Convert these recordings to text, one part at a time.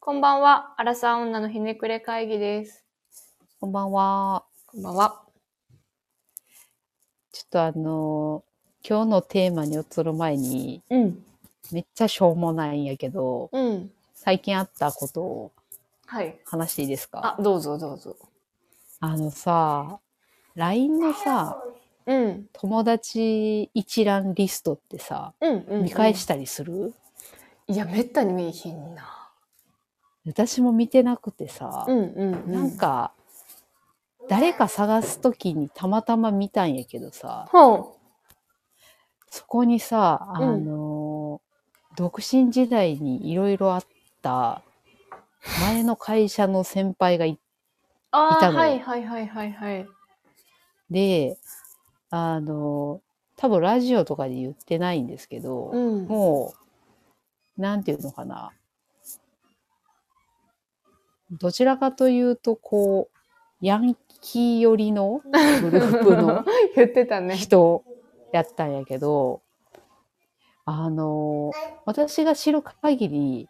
こんばんは。アラサー女のひねくれ会議です。こんばんは。こんばんは。ちょっとあのー今日のテーマに移る前に、うん。めっちゃしょうもないんやけど、うん。最近あったことをはい。話していいですかあ、どうぞどうぞ。あのさ、LINE のさ、うん。友達一覧リストってさ、うん、うん。見返したりする、いや、めったに見えひんな。私も見てなくてさ、ん、うんななんんか。か、誰か探すときにたまたま見たんやけどさ、ほそこにさ、あうんのー独身時代にいろいろあった、前の会社の先輩がいあいあ、たのはいはいはいはいはい。て、あのー多分ラジオとかで言ってないんですけど、んもう、なんていうのかな。どちらかというと、こう、ヤンキー寄りのグループの 言ってたね。人やったんやけど、あの、私が知る限り、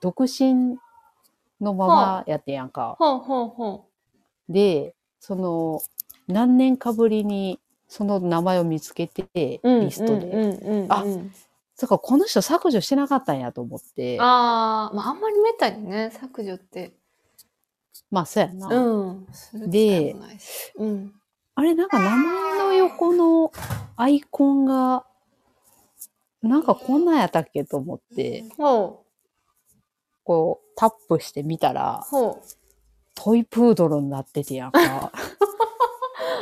独身のままやってんやんか。ほうほうほで、その、何年かぶりに、その名前を見つけて、リう。ストで。うん、うんうん。あだからこの人削除してなかったんやと思って、ああ、まあ、あんまりめったにね、削除って。まあ、そうやな。うん。する機会もないしうん。あれ、なんか名前の横のアイコンが、なんかこんなんやったっけと思って、ほこう、タップしてみたらう、、ほう。トイプードルになっててや んか。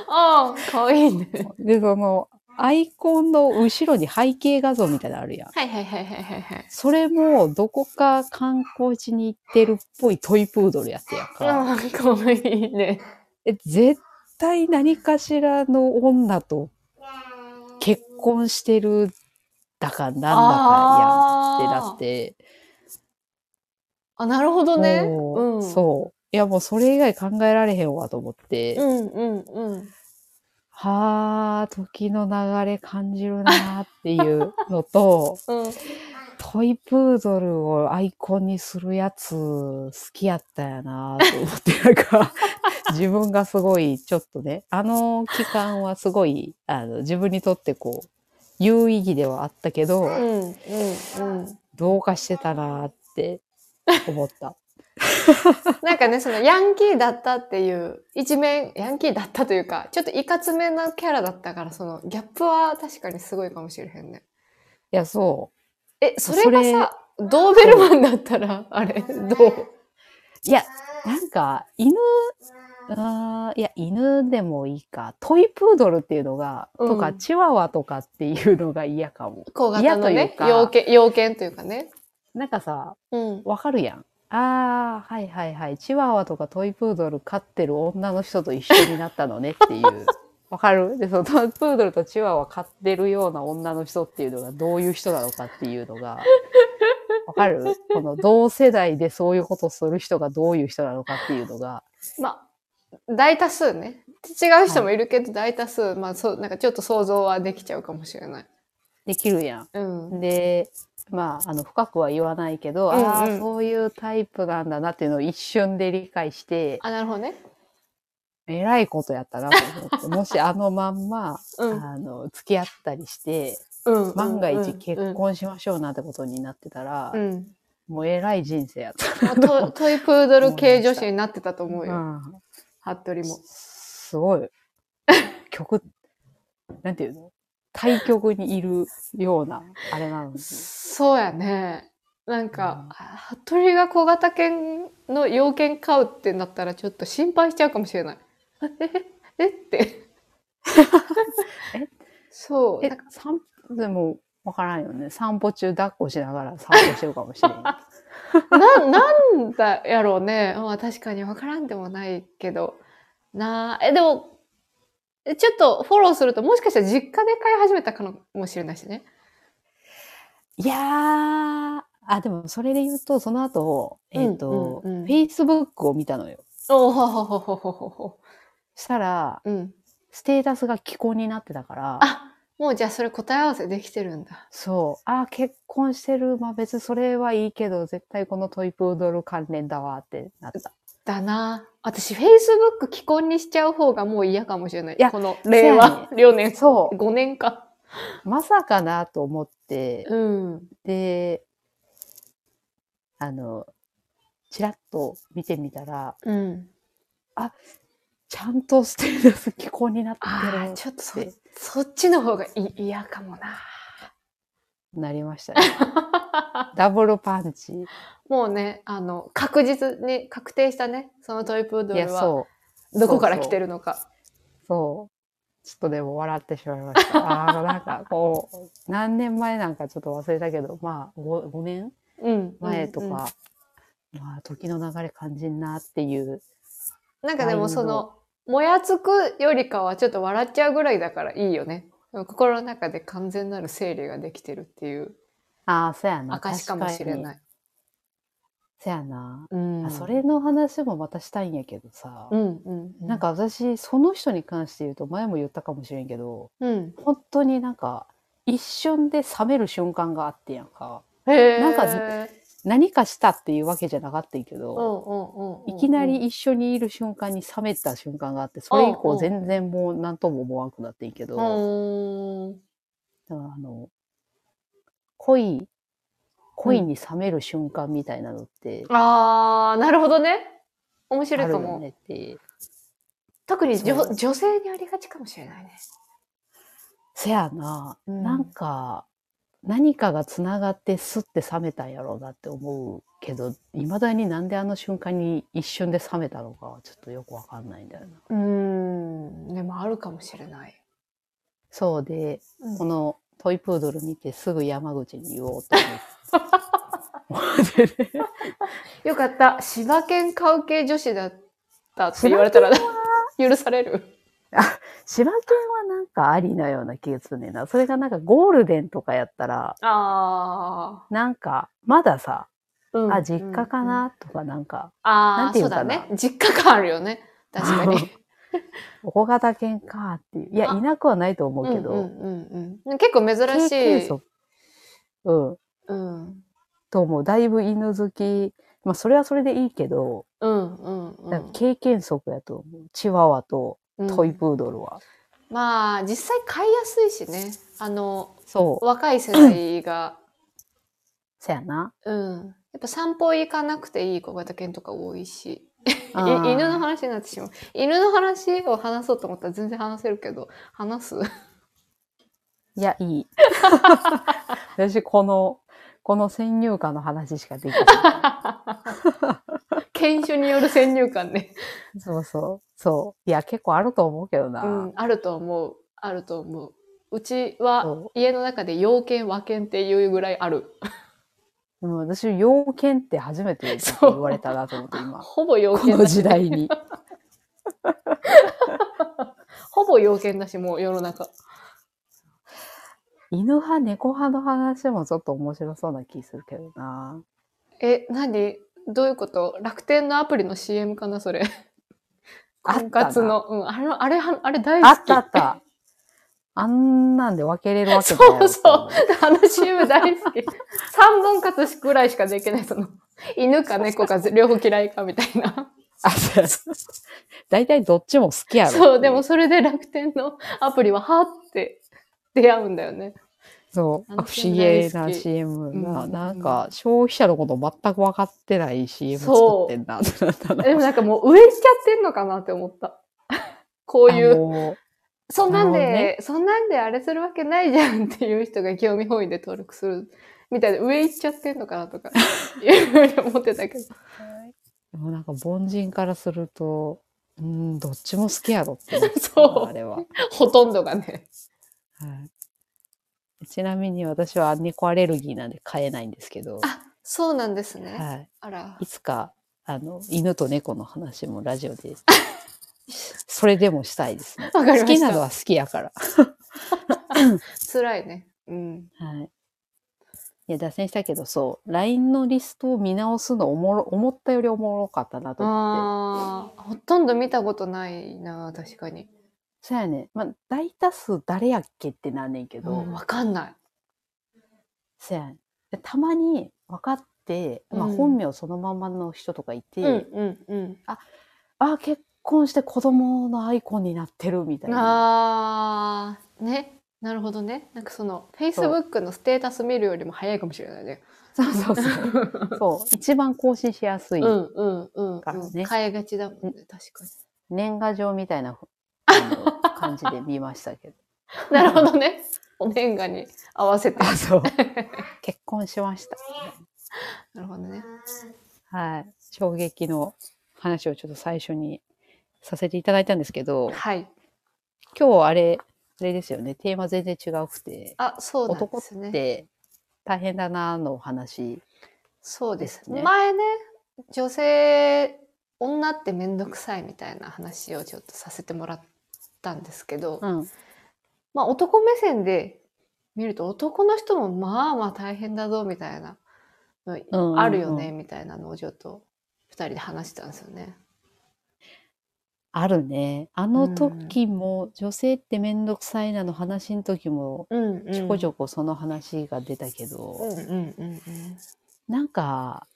ああ、かわいいね。で、その、アイコンの後ろに背景画像みたいなのあるやん。 はいはいはいはいはいはい。それも、どこか観光地に行ってるっぽいトイプードルやってやんあか。あ、かわいいね。え、絶対何かしらの女と結婚してるだかなんだかやんってなって。あ、なるほどね。もううん。そう。いや、もうそれ以外考えられへんわと思って。うんうんうん。はー、時の流れ感じるなーっていうのと、うん。トイプードルをアイコンにするやつ好きやったやなと思って、な んか、自分がすごい、ちょっとね、あの期間はすごい、あの、自分にとってこう、有意義ではあったけど、うんうんうん。どうかしてたなって思った。なんかね、そのヤンキーだったっていう、一面、ヤンキーだったというか、ちょっといかつめなキャラだったから、そのギャップは確かにすごいかもしれへんね。いや、そえ、それがさ、ドーベルマンだったら、あれ、どうう。いや、なんか、犬、あーいや、犬でもいいか。トイプードルっていうのが、とうか、んチワワとかっていうのが嫌かも。小型の嫌といねう、か要件、要件というかね。なんかさ、うん。わかるやん。あー、はいはいはい。チワワとかトイプードル飼ってる女の人と一緒になったのねっていう。わかるで、そのトイプードルとチワワ飼ってるような女の人っていうのがどういう人なのかっていうのが、わかるこの同世代でそういうことする人がどういう人なのかっていうのが、まあ、大多数ね。違う人もいるけど、大多数、まあ、そう、なんかちょっと想像はできちゃうかもしれない。できるやん。うん。で、まあ、あの、深くは言わないけど、うんうんああ、そういうタイプなんだなっていうのを一瞬で理解して、あ、なるほどね。えらいことやったなと思って、もしあのまんま、うん。あの、付き合ったりして、うん万が一結婚婚しましょうなんてことになってたら、 うん。もうえらい人生やった。もうトトイプードル系女子になってたと思うよ。うん服部も。すごい。曲、なんていうの対局にいるような、あれなのに。そうやね。なんかうん、あ服部が小型犬の要件買うってなったらちょっと心配しちゃうかもし れない。えええって。えそう。えなんか、散歩、でも、わからんよね。散歩中抱っこしながら散歩してるかもしれん。な、 なんだやろうね。まあ確かにわからんでもないけど。なあ、え、でも、えちょっとフォローするともしかしたら実家で飼い始めたかもしれないしね。 いやー、あ、でもそれで言うと、その後、えっ、と、うフんうんうんェイスブックを見たのよ。おおほほほほほほほ。したら、うん。ステータスが既婚になってたから、あ、もうじゃあそれ答え合わせできてるんだ。そう。あー、結婚してる。まあ別にそれはいいけど、絶対このトイプードル関連だわってな った。だな私、Facebook 既婚にしちゃう方がもう嫌かもしれない。いやこの令和、両年、そう。 5年か。まさかなと思って、うん。で、あの、ちらっと見てみたら、うん。ちゃんとステータス既婚になってああ、るちょっとそそっちの方がい嫌かもな。なりまし たね。ダブルパンチ。もうね、あの、確実に確定したね、そのトイプードいや、ルは、そう。どこから来てるるのか。そう。ちょっとでも笑ってしまいました。ああ、なんかこう、何年前なんかちょっと忘れたけど、まあ5、5年うん。前とか、うんうんまあ時の流れ感じんなっていう。なんかでもそマインの、もやつくよりかはちょっと笑っちゃうぐらいだからいいよね。でも心の中で完全なる整理ができてるっていうああ、そうやな。証かもしれないい。。そうやな。うんあそれの話もまたしたいんやけどさ、うんうん。なん、か私その人に関して言うと前も言ったかもしれんけどうん。本当になんか一瞬で冷める瞬間があってやんかへえ。なんか何かしたっていうわけじゃなかったんやけうど、んうんうん。いきなり、一緒にいる瞬間に冷めた瞬間があってそれ以降全然もう何とも思わんくなってんけど、うん。うんだからあの恋恋に冷める瞬間みたいなのってあー、なるほどね。面あ白いるかよも。ねっていう特にそ女う女性にありがちかもしれないね。せやな、うんなんか何かがつながってスッて冷めたんやろうなって思うけどいまだになんであの瞬間に一瞬で冷めたのかはちょっとよくわかんないんだような。ん。でもあるかもしれない。そうでうんこのトイプードル見てすぐ山口に言おうと思って。 よかった。柴犬関係女子だったって言われたら、許される。柴犬はなんかありのような気がするねんな。それがなんかゴールデンとかやったらあなんかまださ、あ、うんあ実家か。うんなとかなんかあなあ、んていそううんかだなね。実家感あるよね。確か に。大型犬かっていういやあいなくはないと思うけど。うんうんうんうん、結構珍し経験い。則うん。うん。と思う。だいぶ犬好き。まあ、それはそれでいいけど、うんうんうなんんか経験則やと思う。チワワとうん。トイプードルは。まあ、実際飼いやすいしね。あの、そう。若い世代が、せやな。うん。やっぱ散歩行かなくていい小型犬とか多いし。いい犬の話になってしまう。犬の話を話そうと思ったら全然話せるけど、話す いや、いい。私、この、この先入観の話しかでき な犬種による先入観ね。い。そうそう。そう。いや、結構あると思うけどな。うん、あると思う。あると思う。うちそはう家の中で洋犬、和犬っていうぐらいある。うん、私、洋犬って初めてそう言われたなと思っ て、今。ほぼ洋こ犬のだし、時代に。ほぼ洋犬だし、もう世の中。 犬派、猫派の話もちょっと面白そうな気するけどな。 え、何どういうこと楽天のアプリの CM かなそれ。あったな婚活の。うん、あれの、あれは、あれ大好き。あったあった。あんなんで分けれるわけないそうそう。あの CM 大好き。 三本勝つくらいしかできない、その、犬か猫か両方嫌いかみたいな。あ、そうそう大体どっちも好きやろ。そう、でもそれで楽天のアプリは、はーって出会うんだよね。そう。楽不天思議大好なき CM な。うんなんか、消費者のこと全く分かってない CM そ作うってんなってなったの。でもなんかもう上行っちゃってんのかなって思った。こういあう、もそんなんで、なるほどねそんなんであれするわけないじゃんっていう人が興味本位で登録する。みたいで上行っちゃってんのかなと か、いうふうに思ってたけど。うでもなんか凡人からすると、うん、どっちも好きやろってなったなそうあれは、はほとんどがね。いちなみに私は猫アレルギーなんで飼えないんですけど、あ、そうなんですね。はい。あらい。つか、あの、犬と猫の話もラジオで、 それでもしたいですね。 わかり好ましきた。なのは好きやから。辛いね。うん。はい。いや、脱線したけど、そう、LINE のリストを見直すのおもろ、思ったよりおもろかったなと思って。ああ、ほとんど見たことないな、確かに。そうやね。まあ、大多数誰やっけってなんねんけど、うんわかんない。そうやねでたまに分かって、まあ、うん本名そのまんまの人とかいて、うんうんあ、結婚して子供のアイコンになってるみたういん。な。あー、ね。なるほどね。なんかその、Facebook のステータス見るよりも早いかもしれないね。そうそうそう。 そう。一番更新しやすういんうんうん、からうん。ね変えがちだもんね、確かに。年賀状みたいなふあの感じで見ましたけど。なるほどね。お年賀に合わせて。あ、そう。結婚しました。なるほどね。はい。衝撃の話をちょっと最初にさせていただいたんですけど、はい。今日あれ、あれですよね。テーマ全然違うくて、あ、そうなん男でっすね。て大変だなのお話。そうですですね前ね、女性、女ってめんどくさいみたいな話をちょっとさせてもらったんですけど、うん。まあ男目線で見ると男の人もまあまあ大変だぞみたいなのうんあるよね。みたいなのをちょっと二人で話したんですよね。あるね。あの時も、女性ってめんどくさいなの話の時も、うん、うん。ちょこちょこその話が出たけど、うんうんうんうん。なんか、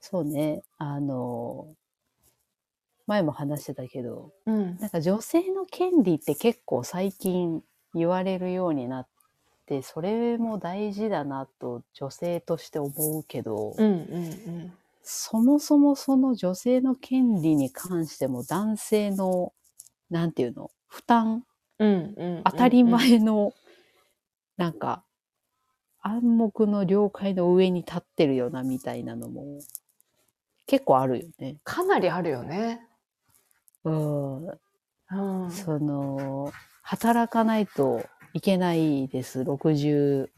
そうね、あの、前も話してたけど、うん、なんか女性の権利って結構最近言われるようになって、それも大事だなと女性として思うけど、うんうんそもそもその女性の権利に関しても男性の、なんていうの、負担、うんうんうん当たり前の、なんか、暗黙の了解の上に立ってるよな、みたいなのも、結構あるよね。かなりあるよね。うん。うん、その、働かないといけないです、60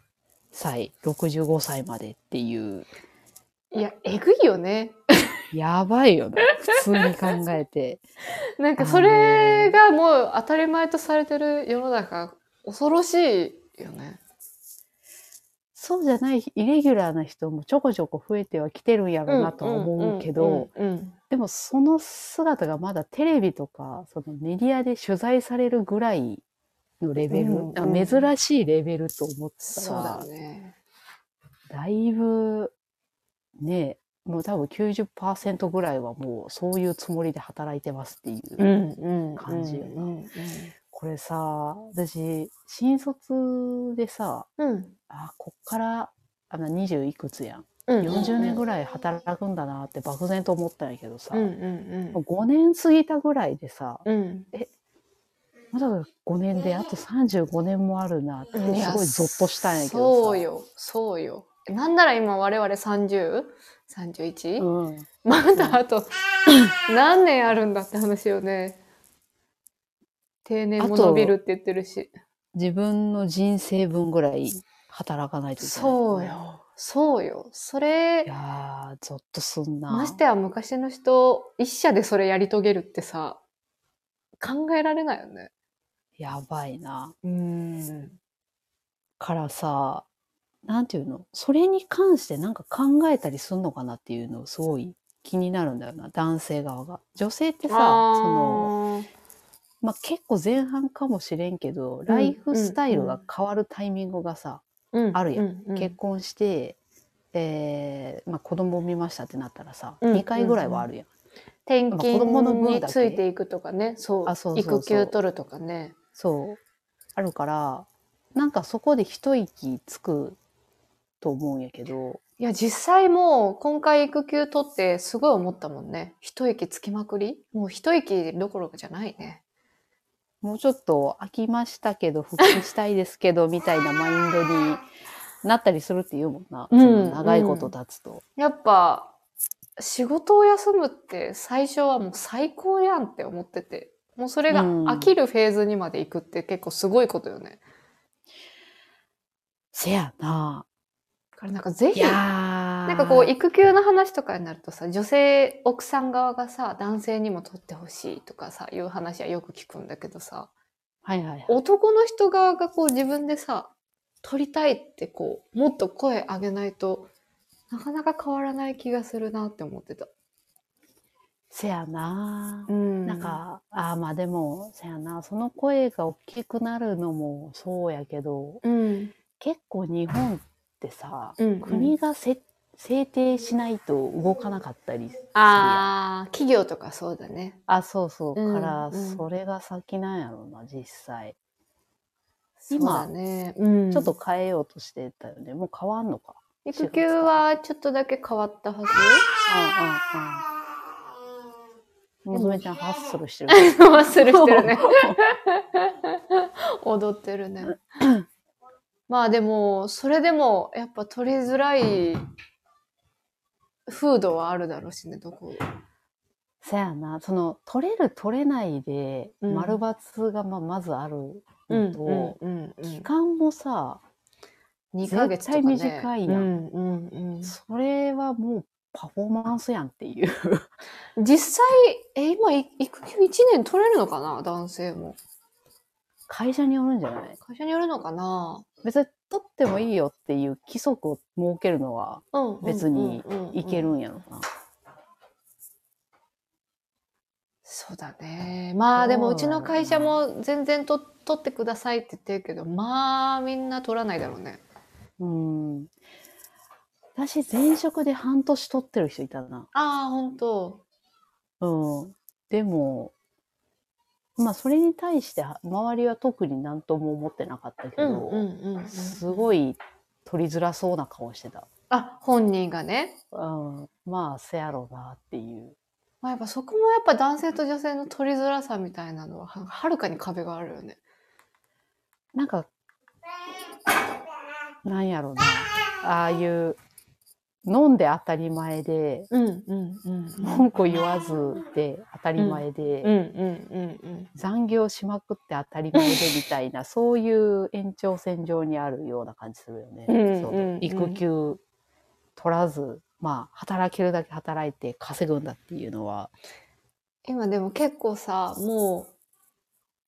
歳、65歳までっていう。いやえぐいよね。やばいよね、普通に考えて。なんかそれがもう当たり前とされてる世の中恐ろしいよね。そうじゃない、イレギュラーな人もちょこちょこ増えてはきてるんやろうなとは思うけど、うんうんうんうんでもその姿がまだテレビとかそのメディアで取材されるぐらいのレベル、うんあ珍しいレベルと思ったそうだら、ね。だいぶねもう多分90%ぐらいはもうそういうつもりで働いてますっていう、んうん感じよなうんこれさ私新卒でさうんあこっからあの20いくつやんうん。 40年ぐい。らい働くんだなって漠然と思ったんやけどさ、うんうん5年過ぎたぐらいでさ、うん。まだ5年であと35年もあるなってすうん。ごいゾッとしたんやけどさ。そう。よ、そうよ。なんなら今我々 30?31? 31うん。まだあと何年あるんだって話よね。定年もあと伸びるって言ってるし。自分の人生分ぐらい働かないといけない。そう。よ。そうよ。そいれ、やー、ゾッとすんな。ましてや昔の人、一社でそれやり遂げるってさ、考えられないよね。やばいな。うん。からさ、なんていうのそれに関してなんか考えたりすんのかなっていうのすごい気になるんだよな、男性側が。女性ってさ、その、の、まあ、結構前半かもしれんけど、ライフスタイルが変わるタイミングがうんさ、あるやんうんうん結婚して、えーまあ、子供を見ましたってなったらさ、うん2回ぐらいはあるやん、転まあ勤子供の分にだけついていくとかね、そうあそうそうそう育休取るとかね。そうあるからなんかそこで一息つくと思うんやけどいや、実際もう今回育休取ってすごい思ったもんね。一息つきまくりもう一息どころかじゃないね。もうちょっと飽きましたけど復帰したいですけどみたいなマインドになったりするっていうもんな、うんその長いこと経つと、やっぱ、仕事を休むって最初はもう最高やんって思ってて。もうそれがうん飽きるフェーズにまで行くって結構すごいことよね。せやなだからなんかぜいひ、やーななんかこう育休の話とかになるとさ、女性、奥さん側がさ、男性にも取ってほしいとかさ、いう話はよく聞くんだけどさ、はいはいはい男の人側がこう自分でさ、撮りたいってこう、もっと声上げないとなかなか変わらない気がするなって思ってた。せやなう。んなん、か、ああ、まあでも、せやな。その声が大きくなるのもそうやけど、うん、結構日本ってさ、うん国がせ制定しないと動かなかったりするやんああ、企業とかそうだね。あ、そうそう。うんから、うんそれが先なんやろうな、実際。そうだ今、ね。うんちょっと変えようとしてたよね。もう変わんのか。育休はちょっとだけ変わったはず。うんうんうん。のぞみちゃんハッスルしてる。 忘れしてるね。踊ってる ね。まあでも、それでも、やっぱ取りづらい風土はあるだろうしね、どこ。せやな、 その、取れる取れないで、うん丸×がまあまずあるのと、うん、期間もさ、 2ヶ月とか、ね。絶対短いやうんんうんうんそれはもうパフォーマンスやんっていう。 実際、え、今、い育休1年取れるのかな男性も。会社によるんじゃない会社によるのかな別に取ってもいいよっていう規則を設けるのはうんうん別にうんうんいけるんやろな。そうだね。まあでもうどうちなのの会社も全然と取ってくださいって言ってるけど、まあみんな取らないだろうね。うん。私、前職で半年取ってる人いたな。ああ、本当。うん。でも、まあ、それに対しては、周りは特に何とも思ってなかったけうど、んうんうんうん。すごい取りづらそうな顔してた。あ、本人がね。うん。まあ、せやろうなっていう。まあやっぱそこもやっぱ男性と女性の取りづらさみたいなのはははるかに壁があるよね。なんか、なんやろうな。ああいう、飲んで当たり前で、うんうんうん。文句言わずで当たり前で、うんうんうんうん。残業しまくって当たり前でみたいな、そういう延長線上にあるような感じするよね。うんそうんうん育休取らず、まあ、働けるだけ働いて稼ぐんだっていうのは。今でも結構さ、もう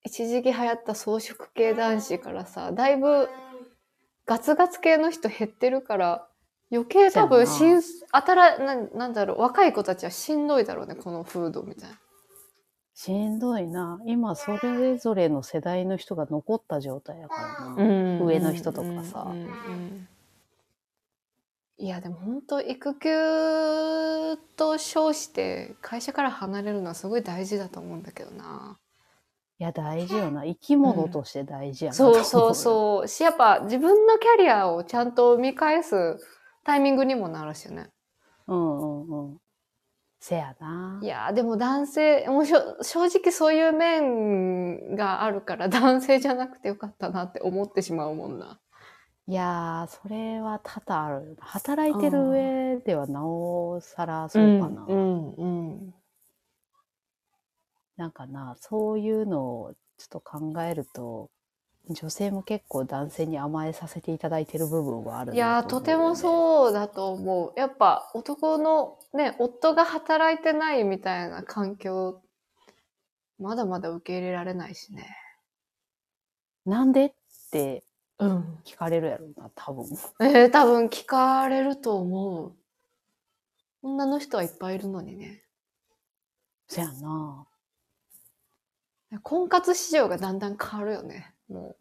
一時期流行った草食系男子からさ、だいぶガツガツ系の人減ってるから、余計多分そうや新、新、ななんだろう、若い子たちはしんどいだろうね、この風土みたいな。しんどいな。今、それぞれの世代の人が残った状態やからな。上の人とかさうんうんうんいやでも本当育休と称して会社から離れるのはすごい大事だと思うんだけどな。いや、大事よな。生き物として大事やな と思そうそうそう。し、やっぱ自分のキャリアをちゃんと見返すタイミングにもなるしね。う。うんうんうん。せやな。いやー、でも男性、もうしょ正直そういう面があるから男性じゃなくてよかったなって思ってしまうもんな。いやー、それは多々あるよな。働いてる上ではなおさらそうかな。ん、うん。なんかな、そういうのをちょっと考えると、女性も結構男性に甘えさせていただいてる部分はあるいやー、とてもう。そうだと思う。やっぱ男のね、夫が働いてないみたいな環境、まだまだ受け入れられないしね。なんでってうん。聞かれるやろうな、多分。えー、多分聞かれると思う。女の人はいっぱいいるのにね。そやな。婚活市場がだんだん変わるよね。も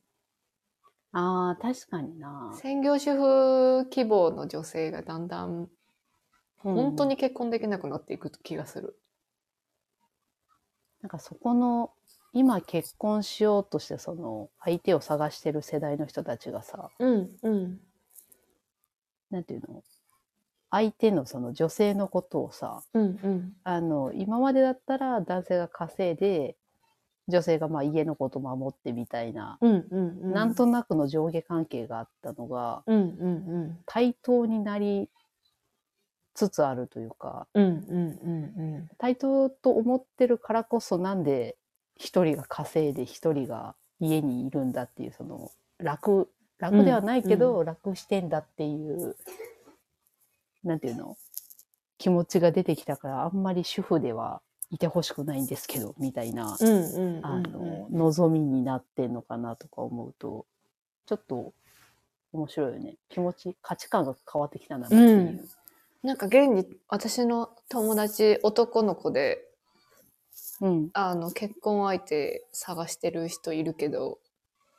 あー、確かにう、な。専業主婦希望の女性がだんだん、本当うん。に結婚できなくなっていく気がする。なんかそこの、今結婚しようとして、その、相手を探してる世代の人たちがさ、うん、うん。なんていうの相手のその女性のことをさ、うん、うん。あの、今までだったら男性が稼いで、女性がまあ家のこと守ってみたいな、うん、うん。なん、となくの上下関係があったのが、うん、うん、対等になりつつあるというか、うん。うん、うん、うん、うん。対等と思ってるからこそなんで一人が稼いで一人が家にいるんだっていう、その楽、楽ではないけど、楽してんだっていう、なんていうの気持ちが出てきたから、あんまり主婦ではいてほしくないんですけど、みたいな。うん、うん。あの、望みになってんのかなとか思うと、ちょっと面白いよね。気持ち、価値観が変わってきたなっていう。なんか現に私の友達男の子でうん。あの、結婚相手探してる人いるけど、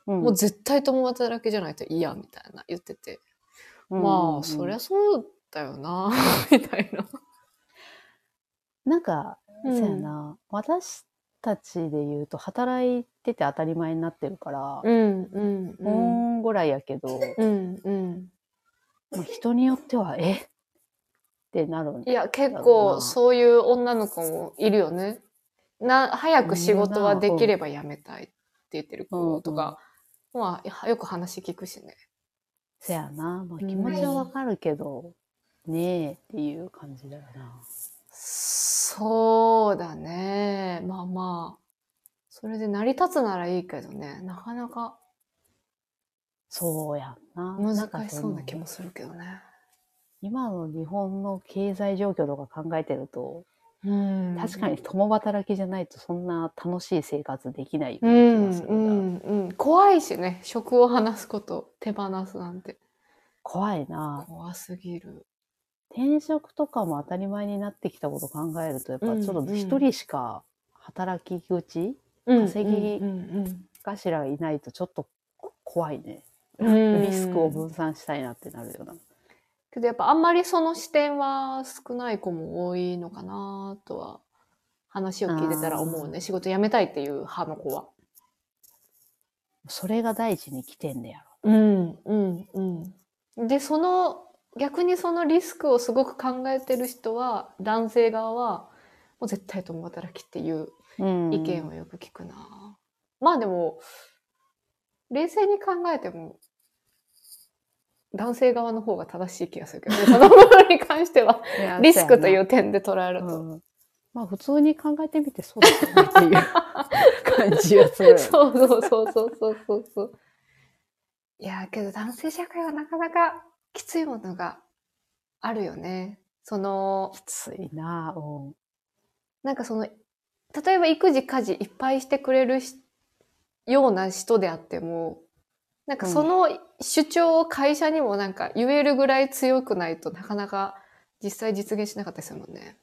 ももう絶対共働きじゃないと嫌みたいな言ってて。まあ、そりゃそうだよな、 みたいな。なんか、うんそうやな私たちで言うと働いてて当たり前になってるから、うん、うん、うーうん。んぐらいやけど、うん、うん。まあ人によってはえってなるんいや、結だろう構なそういう女の子もいるよね。な、早く仕事はできれば辞めたいって言ってる子とか、まあ、よく話聞くしね。せやな、まあ、気持ちはわかるけど、ねえっていう感じだよなそうだね。まあまあ。それで成り立つならいいけどね、なかなかそうやんななんか難しそうな気のもするけどね。今の日本の経済状況とか考えてると、うん確かに。共働きじゃないとそんな楽しい生活できないよううな気ん、がするうな、ん、うん。怖いしね、職を離すこと、手放すなんて。怖いな怖すぎる。転職とかも当たり前になってきたことを考えるとやっぱちうょんっと一人しか働き口稼稼ぎうん、うんがしらいないとちょっと怖いね、うん。リスクを分散したいなってなるよなけどやっぱあんまりその視点は少ない子も多いのかなとは話を聞いてたら思うね仕事辞めたいっていう派の子は。それが第一に来てんねやうろんうんうん、でその逆にそのリスクをすごく考えてる人は男性側はもう絶対共働きっていううん意見をよく聞くな、まあでも冷静に考えても男性側の方が正しい気がするけど ねそのものに関しては。リスクというう点で捉えると、と。うんまあ普通に考えてみてそうだよねって いう感じがするよねそうそうそうそうそうそうそう。いやーけど男性社会はなかなかきついものがあるよね。その、きついなうんなんかその、例えば育児家事いっぱいしてくれるしような人であっても、なんかその主張を会社にもなんか言えるぐらい強くないとなかなか実際実現しなかったでするもんね。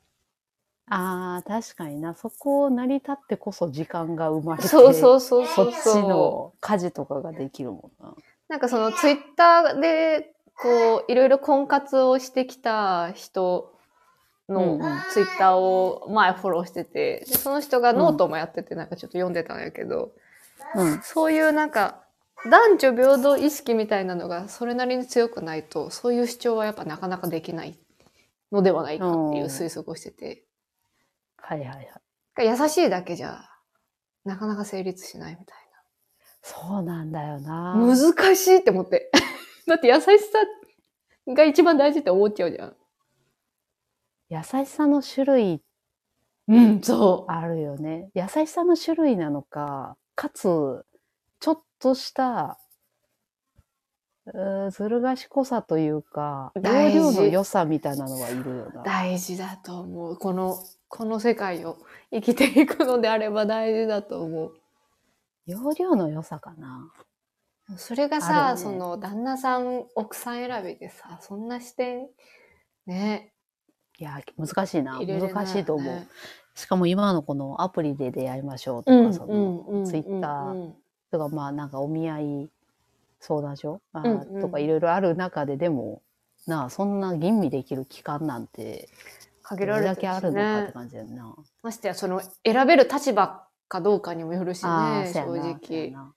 あー確かになそこを成り立ってこそ時間が生まれてそうそうそうそ。そうっちの家事とかができるもんな。なんかそのツイッターでこういろいろ婚活をしてきた人うのんうんツイッターを前フォローしてて、でその人がノートもやっててなんかちょっと読んでたんやけど、うん。そういうなんか男女平等意識みたいなのがそれなりに強くないと、そういう主張はやっぱなかなかできないのではないかっていう推測をしてて、はいはいはい。優しいだけじゃなかなか成立しないみたいな。そうなんだよ な。難しいって思って。だって優しさが一番大事って思っちゃうじゃん。優しさの種類うん、そあるよね。優しさの種類なのか、かつ、ちょっとした、うーずる賢さというか、容大事量の良さみたいなのはいるよな。大事だと思う。この、この世界を生きていくのであれば大事だと思う。容量の良さかな。それがあさ、るねその、旦那さん、奥さん選びでさ、そんな視点、ね、いや、難しいな。入れれないよね難しいと思う。しかも今のこのアプリで出会いましょうとうか、ん。その、うん。ツイッターうんとかまあなんかお見合い相談所、あーうんうんとかいろいろある中ででもなあそんな吟味できる期間なんて限どられれだてけるあしるのかってね。感じだよな。ましてや、その、選べる立場かどうかにもよるしああね、そ正やなそや直。な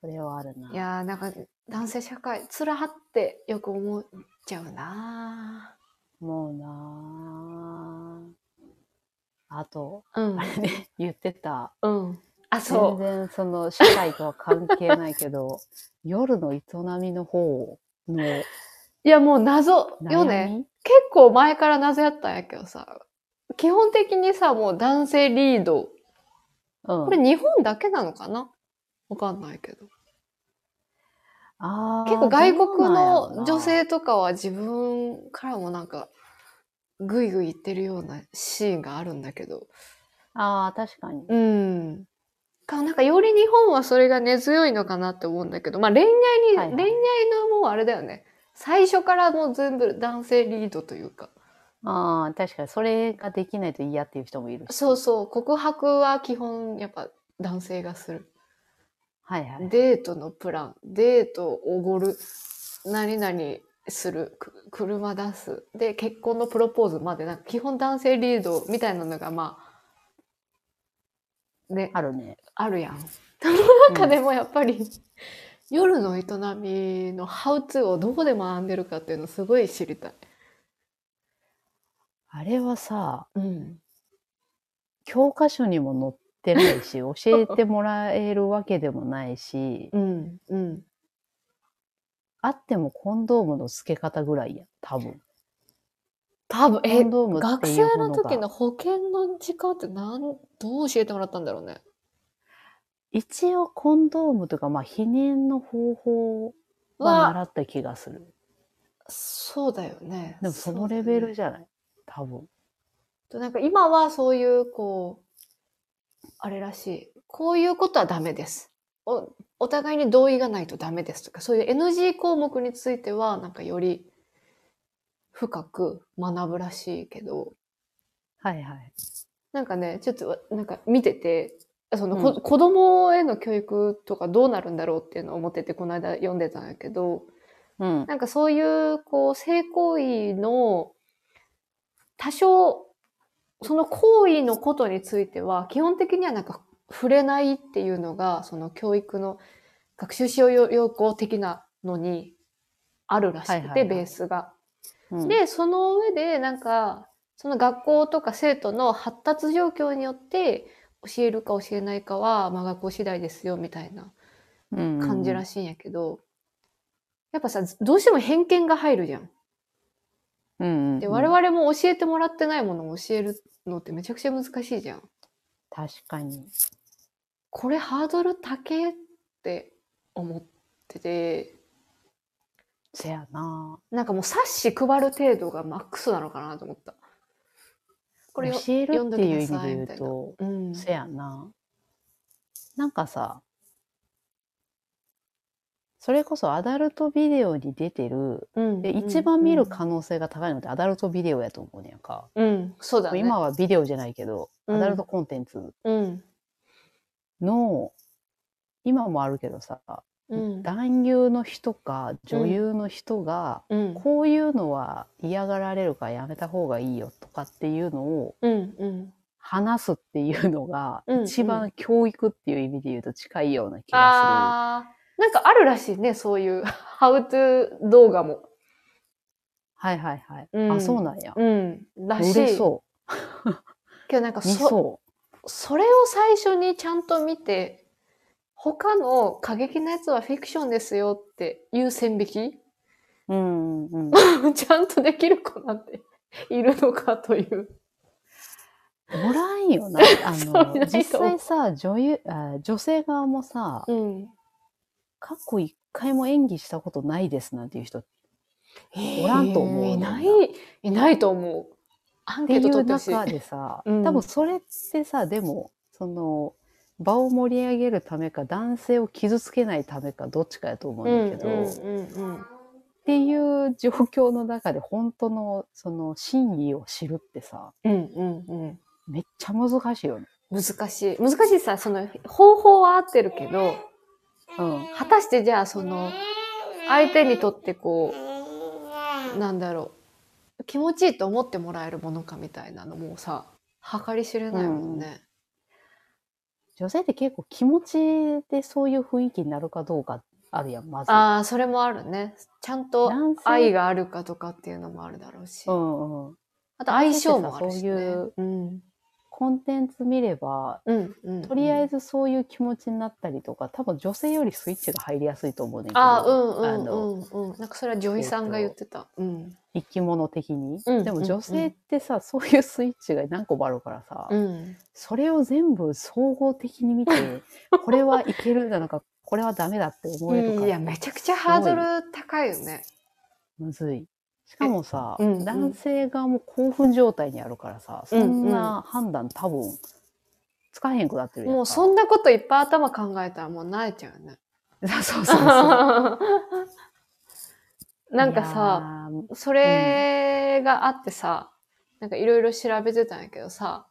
それはあるないやーなんか男性社会つらはってよく思っちゃうなもうなああとーうんあれね言ってたうんあ全そう然その社会とは関係ないけど 夜の営みの方の悩いやもう謎みよね結構前から謎やったんやけどさ基本的にさもう男性リードうん、これ日本だけなのかなわかんないけどあー結構外国どうなんやろのな女性とかは自分からもなんかグイグイいってるようなシーンがあるんだけどああ、確かに。うん。か、なんかより日本はそれが根強いのかなって思うんだけど、まあ恋愛に、はいはい恋愛のもうあれだよね。最初からもう全部男性リードというか、ああ、確かにそれができないと嫌っていう人もいるし。そうそう、告白は基本やっぱ男性がする。はいはい。デートのプラン、デートおごる、何々する、く車出す、で、結婚のプロポーズまで、なんか基本男性リードみたいなのがまあ、ね、あ るね。あるや ん。うん中でもやっぱり、夜の営みのハウツーをどこで学んでるかっていうのすごい知りたい。あれはさ、うん。教科書にも載ってない し、教えてもらえるわけでもないし、うん。うん。あってもコンドームの付け方ぐらいやん、多分。多分、コえン、ドームっ学ていう生ものの時のが。保険の時間ってなんどう教えてもらったんだろうね。一応コンドームというか、まあ、避妊の方法はは、習った気がする。そうだよね。でもそのうだレよねベルじゃない、多分。となんか今はそういう、こう、あれらしい。こういうことはダメです。お、お互いに同意がないとダメですとか、そういう NG 項目については、なんかより深く学ぶらしいけど、はいはい。なんかね、ちょっとわ、なんか見てて、その、うこ子供への教育とかどうなるんだろうっていうのを思ってて、この間読んでたんやけど、うん。なんかそういう、こう、性行為の、多少、その行為のことについては、基本的にはなんか触れないっていうのが、その教育の学習使用要項的なのにあるらしくて、はいはいはいベースが。うん、で、その上で、なんか、その学校とか生徒の発達状況によって、教えるか教えないかは、まあ学校次第ですよ、みたいな感じらしい。しいんやけど、やっぱさ、どうしても偏見が入るじゃん。うんうんうんで、我々も教えてもらってないものを教えるのってめちゃくちゃ難しいじゃん。確かに。これハードル高えって思ってて、せやななんかもう冊子配る程度がマックスなのかなと思った。これよ、教えるっていう意味で読んどきな言うさいと、うん。せやななんかさ、それこそアダルトビデオに出てる、うんで、一番見る可能。能性が高いのってアダルトビデオやと思うねやんか。うん、そうだね。今はビデオじゃないけど、うんアダルトコンテンツうん。の、今もあるけどさ、うん。男優の人か女優の人が、うん。こういうのは嫌がられるからやめた方がいいよとかっていうのをうん。うん。話すっていうのが、うん一番教育っていう意味で言うと近いような気がああ。なんかあるらしいね、そういう、 ハウトゥー動画も。する。はいはいはい。うんあ、そうなんや。うん。らしい。売れそけどなんかう。見そ、そそれを最初にちゃんと見て、他の過激なやつはフィクションですよっていう線引き う。うんうんうん。ちゃんとできる子なんて いるのかという。おらん よな。あそういなの、いと実際さ、女優あ、女性側もさ、うん。過去一回も演技したことないですなんていう人っおおらんと思ういよな、ないいないと思う。アンてケートい取うってほしい。中でさ、うん多分それってさ、でも、その、場を盛り上げるためか、男性を傷つけないためか、どっちかやと思ううんんだけど、うんうんうん。っていう状況の中で本当のその真意を知るってさうんうんうん。めっちゃ難しいよね。難しい。難しいさ、その方法は合ってるけど、うん、果たしてじゃあその、相手にとってこう、なんだろう、気持ちいいと思ってもらえるものかみたいなのもさ、計り知れないもんね。女性って結構気持ちでそういう雰囲気になるかどうかあるやんまず。ああ、それもあるね。ちゃんと男性愛があるかとかっていうのもあるだろうし。うんうん、あと相性もあるし、ね。そういううん。コンテンツ見ればうん、うん。とりあえず。ずそういう気持ちになったりとか多分女性よりスイッチが入りやすいと思うねんけどああ、うんあうんのうんうん。なんかそれは女医さんが言ってた。うん。生き物的に、うんでうんもうん女性ってさ、そういうスイッチが何個もあるからさ、うん。それを全部総合的に見て、 これはいけるだのか、これはダメだって思えるいかや、ら、めちゃくちゃハードル高いよね。むずい。しかもさ、えうん男性側も興奮状態にあるからさ、うんそんな判断多分、つかへんくなってるやんか。もうそんなこといっぱい頭考えたらもう慣れちゃうよね。 そ うそうそう。なんかさ、いやー、それがあってさ、なんかいろいろ調べてたんやけどさ、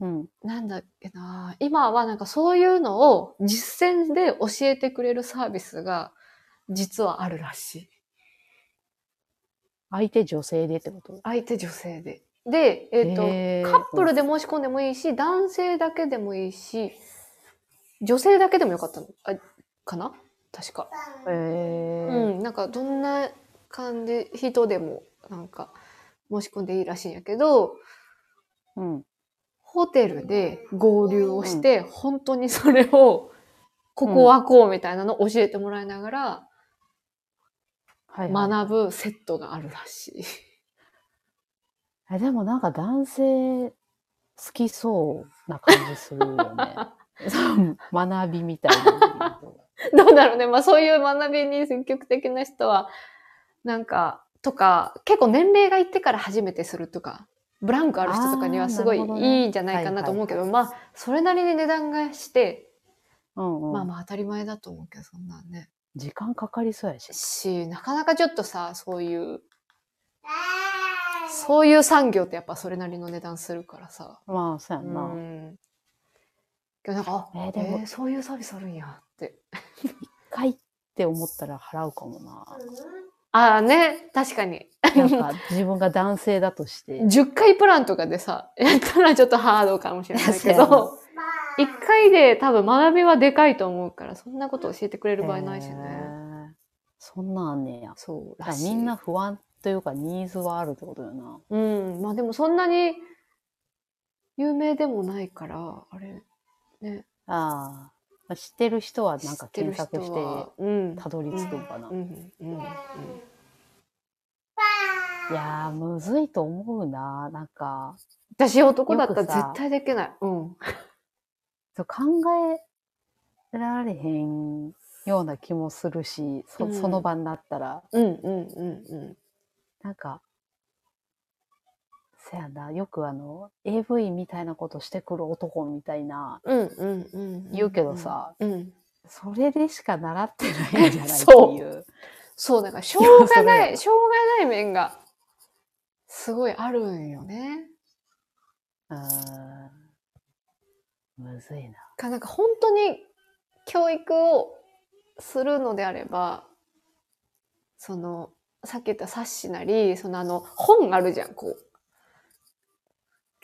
うん。なんだっけな今はなんかそういうのを実践で教えてくれるサービスが実はあるらしい。相手女性でってこと相手女性で。で、えっ、と、へーカップルで申し込んでもいいし、男性だけでもいいし、女性だけでもよかったのあかな確か。えーうん、なんかどんな感じ、人でもなんか申し込んでいいらしいんやけど、うん。ホテルで合流をして、本当にそれを、ここはこうみたいなのを教えてもらいながらはい、はい。学ぶセットがあるらしい。 えでもなんか男性好きそうな感じするよ ね。そう学びみたいな。どうだろうね。まあそういう学びに積極的な人は、なんか、とか、結構年齢がいってから初めてするとか、ブランクある人とかにはすごいあーなるほどねいいんじゃないかなと思うけど、はいはいまあ、それなりに値段がして、うんうんまあまあ当たり前だと思うけど、そんなんね。時間かかりそうやし。し、なかなかちょっとさ、そういう、そういう産業ってやっぱそれなりの値段するからさ。まあ、そうやうんな。ん。けどなんか、あえーえでもーそういうサービスあるんやって。かいって思ったら払うかもな。ああね、確かに。なんか自分が男性だとして。 10回プランとかでさ、やったらちょっとハードかもしれないけそうやなど、1回で多分学びはでかいと思うから、そんなこと教えてくれる場合ないしねへ。ーそんなんあんねや。そうらだからしい。みんな。不安というかニーズはあるってことよな。うん。まあでもそんなに有名でもないから、あれ、ね。ああ。知ってる人はなんか知ってる検人索してはうん。たどり着くんかな。うん。うん。うん。いやー、むずいと思うな。なんか、私男だったらよくさ絶対できない。うん。そう考えられへんような気もするし、そうんその場になったら、うんうんうんうん。なんか、せやな、よくあの、AV みたいなことしてくる男みたいな、うんうんうん。言うけどさ。うん。それでしか習ってないんじゃないってそういう。そう、だから、しょ うがなそい、しょうがない面が、すごいあるんよね。うーん。むずいな。か、なんか本当に教育をするのであれば、その、さっき言った冊子なり、そのあの、本あるじゃん、こう。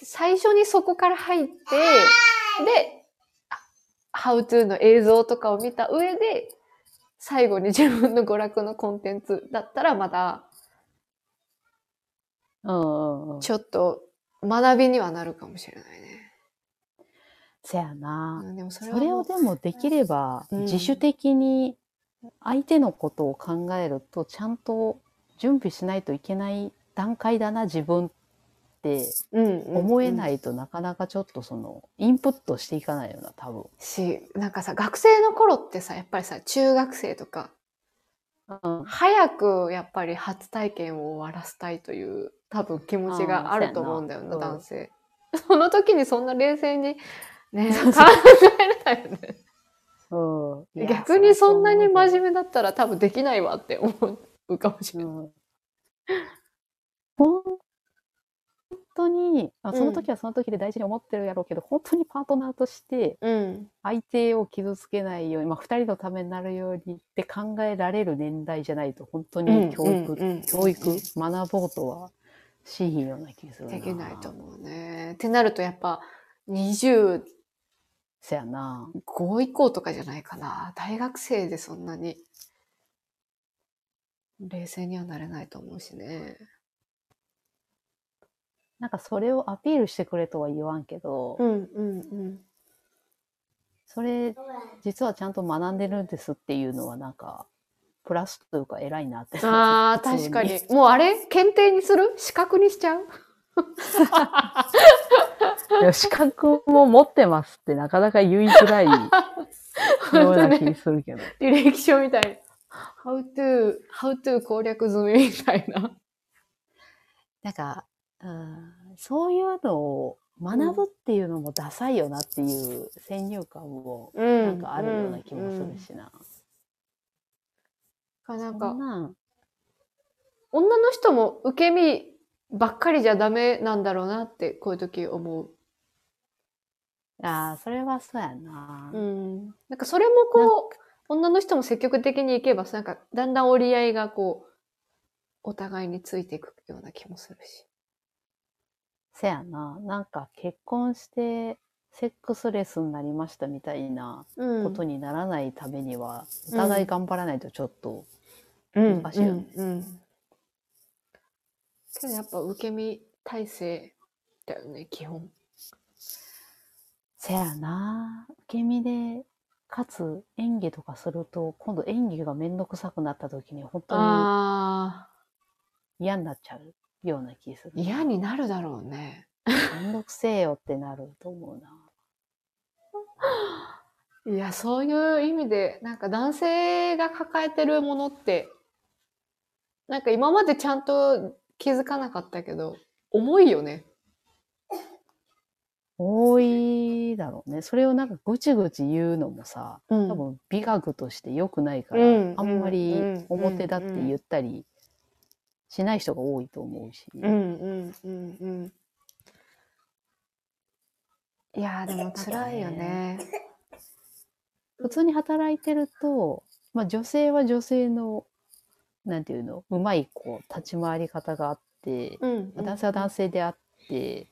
最初にそこから入って、で、ハウトゥーの映像とかを見た上で、最後に自分の娯楽のコンテンツだったらまだうんうんうん。ちょっと学びにはなるかもしれないね。せやな。うんでもそれそれをでもできればうん自主的に相手のことを考えるとちゃんと準備しないといけない段階だな自分って思思。えないいとなかなかちょっとそのインプットしていかないよな多分。し、なんかさ、学生の頃ってさ、やっぱりさ、中学生とか、うん早くやっぱり初体験を終わらせたいという、多分気持ちがあると思うんだよあな、ーそうやな男性。 その時にそんな冷静に、ね、 そう考えれないよね。うんいや逆にそんなに真そ面目だったら多分できないわって思うかもしれうない。思ううん本当にあその時はその時で大事に思ってるやろうけど、本当にパートナーとしてうん。相手を傷つけないように、まあ、2人のためになるようにって考えられる年代じゃないと本当に教育、育教育学ぼうとはしひんような気がするなできないと思うね。ってなるとやっぱ25せやな以降とかじゃないかな。大学生でそんなに冷静にはなれないと思うしね。なんかそれをアピールしてくれとは言わんけど、んうんうん。それ実はちゃんと学んでるんですっていうのはなんかプラスというか偉いなってああ、普確通かに。もうあれ検定にする資格にしちゃういや資格も持ってますってなかなか言いづらいような気するけど、履歴書みたいな。How to, how to 攻略済みみたいな。なんか、うん、そういうのを学ぶっていうのもダサいよなっていう先入観もうなんかあるような気もする。しな。うんうんなんそかん、なん女の人も受け身ばっかりじゃダメなんだろうなって、こういう時思う。ああ、それはそうやな。うん。なんかそれもこう、女の人も積極的に行けば、なんかだんだん折り合いがこう、お互いについていくような気もするし。せやな。なんか結婚してセックスレスになりましたみたいなうんことにならないためには、うんお互い頑張らないとちょっと、うん難しいよねうんうんけどやっぱ受け身体制だよね、基本。せやな。受け身で、かつ演技とかすると、今度演技がめんどくさくなった時に本当ああ、に嫌になっちゃうような気する。嫌になるだろうね。めんどくせえよってなると思うな。いや、そういう意味で、なんか男性が抱えてるものって、なんか今までちゃんと気づかなかったけど、重いよね。多いだろうね。それをなんかぐちぐち言うのもさ、う多分美学として良くないかうらん、あんまうりん表立って言ったりしない人が多いと思うし。うんうんうんうん。いやーでも辛いよね。普通に働いてると、まあ女性は女性の、なんていうの、うまいこう、立ち回り方があって、うんまあ男性は男性であって、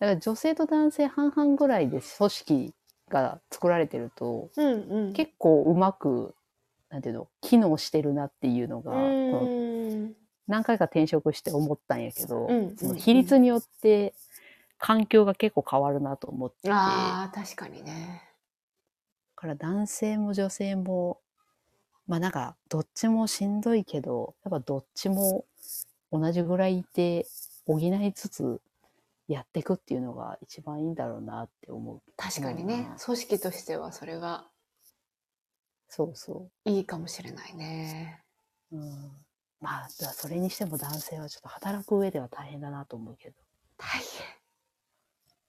だから女性と男性半々ぐらいで組織が作られてると、うんうん。結構うまく、なんていうの、機能してるなっていうのが、このうん何回か転職して思ったんやけど、うんその比率によって環境が結構変わるなと思ってて、だああ、確かにね。から男性も女性も、まあなんか、どっちもしんどいけど、やっぱどっちも同じぐらいいて、補いつつやっていくっていうのが一番いいんだろうなって思う。確かにねうん。組織としてはそれがそうそう。いいかもしれないね。うん、まあ、だそれにしても男性はちょっと働く上では大変だなと思うけど。大変。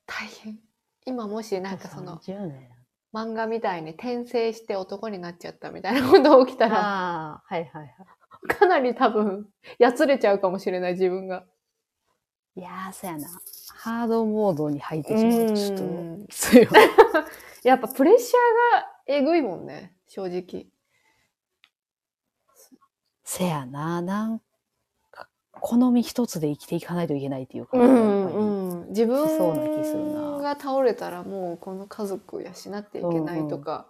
大変。今もしなんかその30年。漫画みたいに転生して男になっちゃったみたいなこと起きたら、ああ、はいはいはい。かなり多分、やつれちゃうかもしれない自分が。いやー、そうやな。ハードモードに入ってしまうとちょっうとんきついよ。やっぱプレッシャーがえぐいもんね、正直。せやな、なんか、好み一つで生きていかないといけないっていう感うじがやっぱんうん、自り。そうな気するな分が倒れたらもうこの家族を養っていけないとか、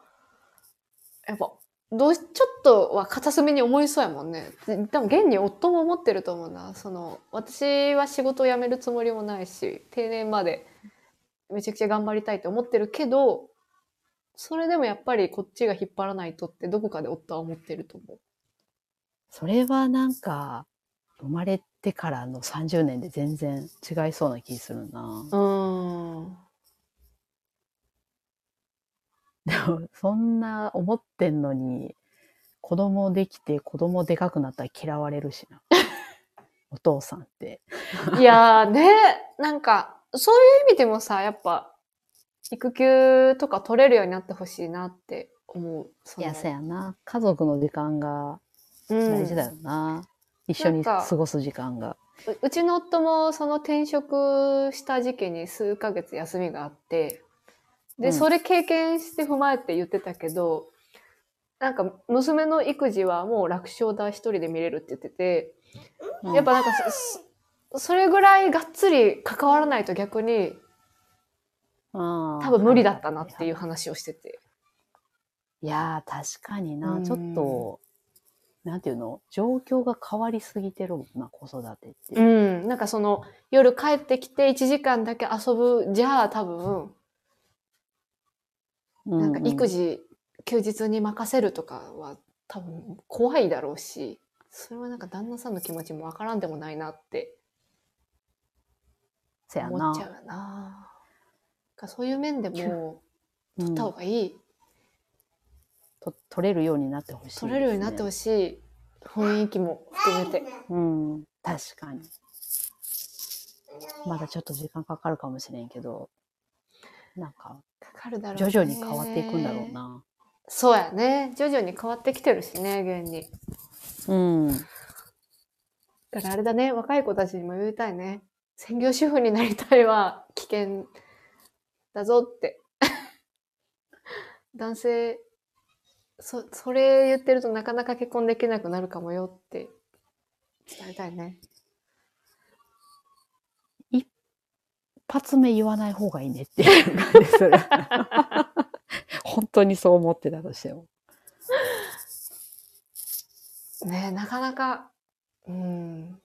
やっぱどうしちょっとは片隅に思いそうやもんねで多分現に夫も思ってると思うなその私は仕事を辞めるつもりもないし定年までめちゃくちゃ頑張りたいと思ってるけどそれでもやっぱりこっちが引っ張らないとってどこかで夫は思ってると思う。それはなんか、生まれてからの30年で全然違いそうな気するな。 うんでもそんな思ってんのに、子供できて子供でかくなったら嫌われる しな。お父さんって。いやーね、なんか、そういう意味でもさ、やっぱ、育休とか取れるようになってほしいなって思う。そいのや、せやな。家族の時間がうん大事だよな。一緒になん過かごす時間が。ううちの夫もその転職した時期に数ヶ月休みがあって、で、うんそれ経験して踏まえて言ってたけど、なんか娘の育児はもう楽勝だ、一人で見れるって言ってて、うんやっぱなんかそ、そそれぐらいがっつり関わらないと逆に多多分無理だったなっていう。話をしてて。いやー、確かにな。うんちょっと、なんていうの状況が変わりすぎてるもんな、子育てって。うん、なんかその夜帰ってきて1時間だけ遊ぶじゃあ多分うなんか育児休日に任せるとかは多分怖いだろうしそれはなんか旦那さんの気持ちもわからんでもないなってせや思なっちゃうよななんかそういう面でもうん取った方がいい、と取れるようになってほしいですね、取れるようになってほしい、雰囲気も含めてうん、確かに。まだちょっと時間かかるかもしれんけど、なんか、かかるだろう徐ね々に変わっていくんだろうな。そうやね徐々に変わってきてるしね現にうん。だからあれだね、若い子たちにも言いたいね。専業主婦になりたいは危険だぞって。 男性、そ、それ言ってるとなかなか結婚できなくなるかもよって伝えたいね。発目言わない方がいいねっていう感じす る。本当にそう思ってたとしても。ねえなかなか、うん、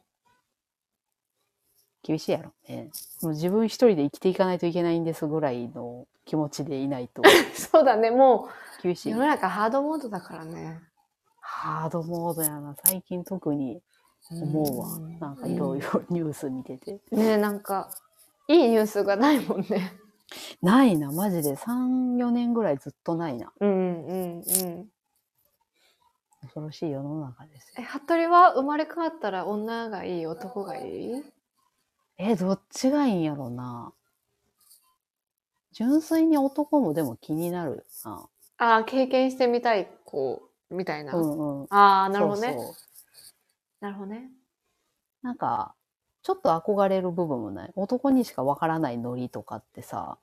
厳しいやろね。もう自分一人で生きていかないといけないんですぐらいの気持ちでい ないとそうだね、も厳しうい世。の中ハードモードだからね。ハードモードやな。最近特に思うわ。なんかいろいろニュース見てて。ねえなんか、いいニュースがないもんね。ないな、マジで。3、4年ぐらいずっとないな。うんうんうん。恐ろしい世の中ですよ。え、服部は生まれ変わったら女がいい、男がいいえ、どっちがいいんやろな。純粋に男もでも気になるな。ああ、経験してみたい子、みたいな。うんうん。ああ、なるほどね。そうそうなるほどね。なんか、ちょっと憧れる部分もない。男にしかわからないノリとかってさ、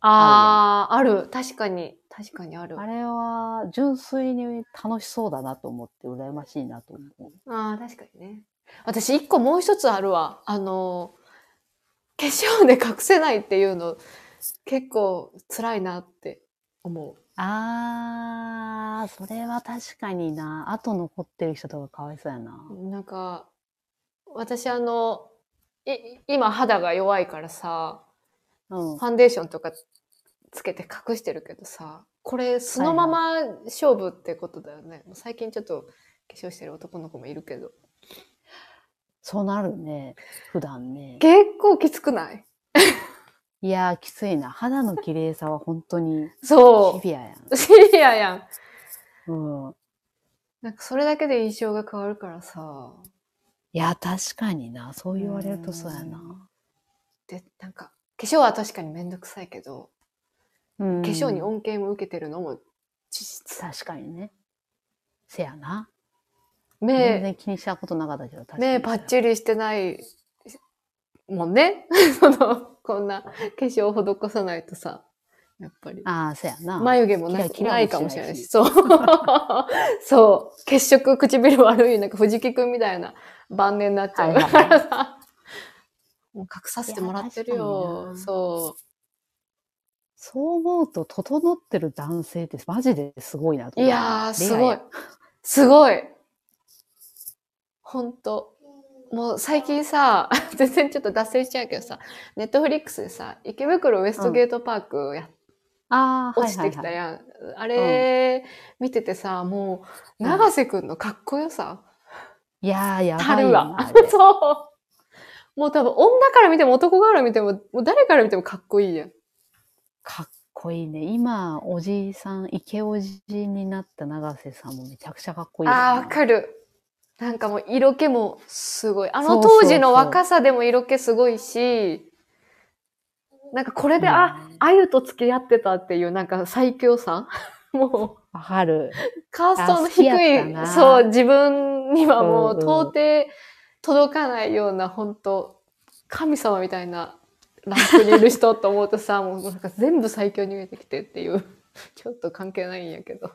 ああ、ある。確かに。確かにある。ああれは純粋に楽しそうだなと思って、羨ましいなと思う。あー、確かにね。私、一個もう一つあるわ。あのー、化粧で隠せないっていうの、結構辛いなって思う。あー、それは確かにな。後残ってる人とかかわいそうやな。なんか、私あの、い、今肌が弱いからさ、うんフ。ァンデーションとかつけて隠してるけどさ、これそのまま勝負ってことだよね。もう最近ちょっと化粧してる男の子もいるけど。そうなるね。普段ね。結構きつくないいやー、きついな。肌の綺麗さは本当にそシビアやう。シビアやん。ん。うん。なんかそれだけで印象が変わるからさ。いや、確かにな。そう言われるとそうやな。で、なんか、化粧は確かにめんどくさいけど、うん化粧に恩恵も受けてるのも事実。確かにね。せやな。全目、然気にしたことなかったけど、確かに。目パッチリしてないもんね。 その、こんな化粧を施さないとさ、やっぱり。ああ、せやな。眉毛もなキラキラもないかもしれないし、しそう。 そう。血色、唇悪い、なんか藤木くんみたいな晩年になっちゃうはいはいからさ。 もう隠させてもらってるいや確かよ。になそそう思うと、整ってる男性ってマジですごいなう。と思いうやー、レすアごやい。すごい。ほんと。もう最近さ、 全然ちょっと脱線しちゃうけどさ、ネットフリックスでさ、池袋ウエストゲートパークやっああ、は落いちはてい、きたはい。やん。あれ、見ててさ、もう、長瀬くんのかっこよさ。いやー、やたばいるよわな。 あ れそう。もう多分女から見ても男から見ても、もう誰から見てもかっこいいやん。かっこいいね。今、おじいさん、イケおじになった永瀬さんもめちゃくちゃかっこいいよな。ああ、わかる。なんかもう色気もすごい。あそのうそうそう当時の若さでも色気すごいし、なんかこれで、あ、うんあゆと付き合ってたっていうなんか最強さ もう、わかる。カーストのあ好きやった低い、なそう、自分にはもうんううん到底届かないような、本当神様みたいなランクにいる人と思うとさ、もうなんか全部最強に見えてきてっていう、 ちょっと関係ないんやけど。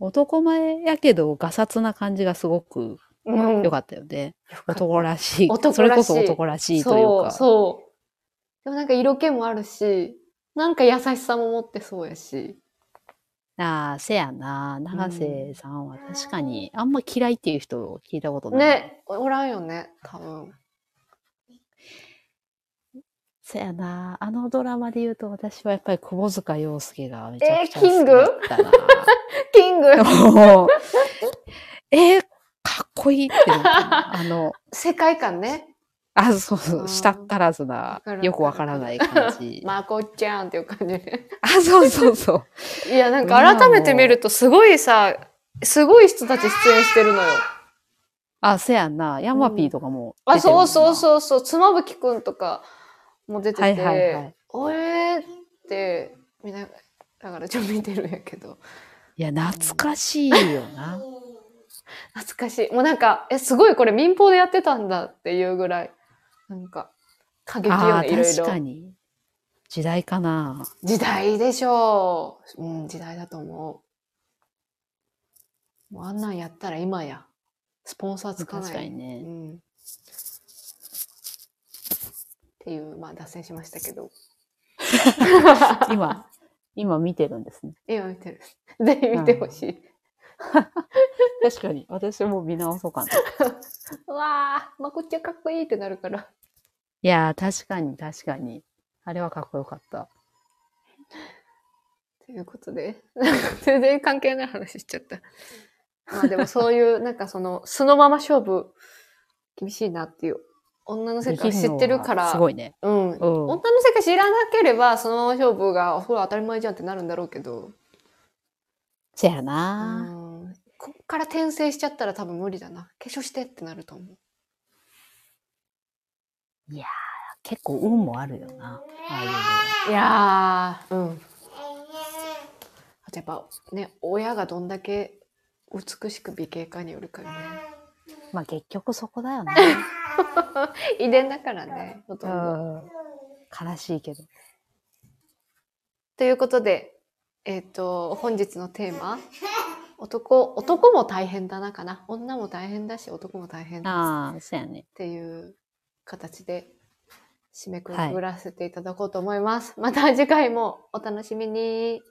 男前やけど、がさつな感じがすごくうん良かったよね。男らしい。男らしいそれこそ男らしいというそう、か。そう。でもなんか色気もあるし、なんか優しさも持ってそうやし。ああ、せやな。永瀬さんは確かに、あんま嫌いっていう人を聞いたことない。。ね、おらんよね、多分。せやな。あのドラマで言うと、私はやっぱり窪塚洋介がめちゃえーくちゃ好きだったな。 キングもうえーかっこいいってなった なあの、世界観ね。あ、そうそあーう、したったらずわなかるわか、るよくわからない感 じ。まこちゃんっていう感じ。あ、そうそうそう。いや、なんか改めて見るとすごいさ、すごい人たち出演してるのよ。あ、せやな。ヤマピーとかもあ、そうそうう。そうそう、妻夫木くんとかも出てて、はいはいはいおえーって、みんな、だからちょっと見てるんやけど。いや、懐かしいよな。懐かしい。もうなんか、え、すごいこれ民放でやってたんだっていうぐらい、なんか、過激よああね、いろいー、確ろか。に。時代かな。時代でしょう。うん、時代だと思う。もうあんなんやったら今や、スポンサーつかない。確かにね。うん。っていう、まあ脱線しましたけど。今、今見てるんですね。今見てる。 ぜひ見てほしい。確かに。私も見直そうかな。うわー、まこっちゃんかっこいいってなるから。いやー、確かに、確かに。あれはかっこよかった。ということで、 なんか全然関係ない話しちゃった。まあでもそういう、なんかその、素のまま勝負、厳しいなっていう。女の世界知ってるかできのはら、すごいね。うん。う女ん。の世界知らなければ、そのまま勝負が、ほら当たり前じゃんってなるんだろうけど、せやうな、ん。こっから転生しちゃったら多分無理だな。化粧してってなると思う。結構運もあるよな。ああいうのいやー、うん。あとやっぱね、親がどんだけ美しく美形かによるからね。まあ結局そこだよね。遺伝だからね、ほと うんど。ん。悲しいけど。ということで、えっ、と、本日のテー マ、男、男も大変だなかな。女も大変だし、男も大変っああ、そうやね。ていう形で締めくくらせていただこうと思います。また次回もお楽しみに。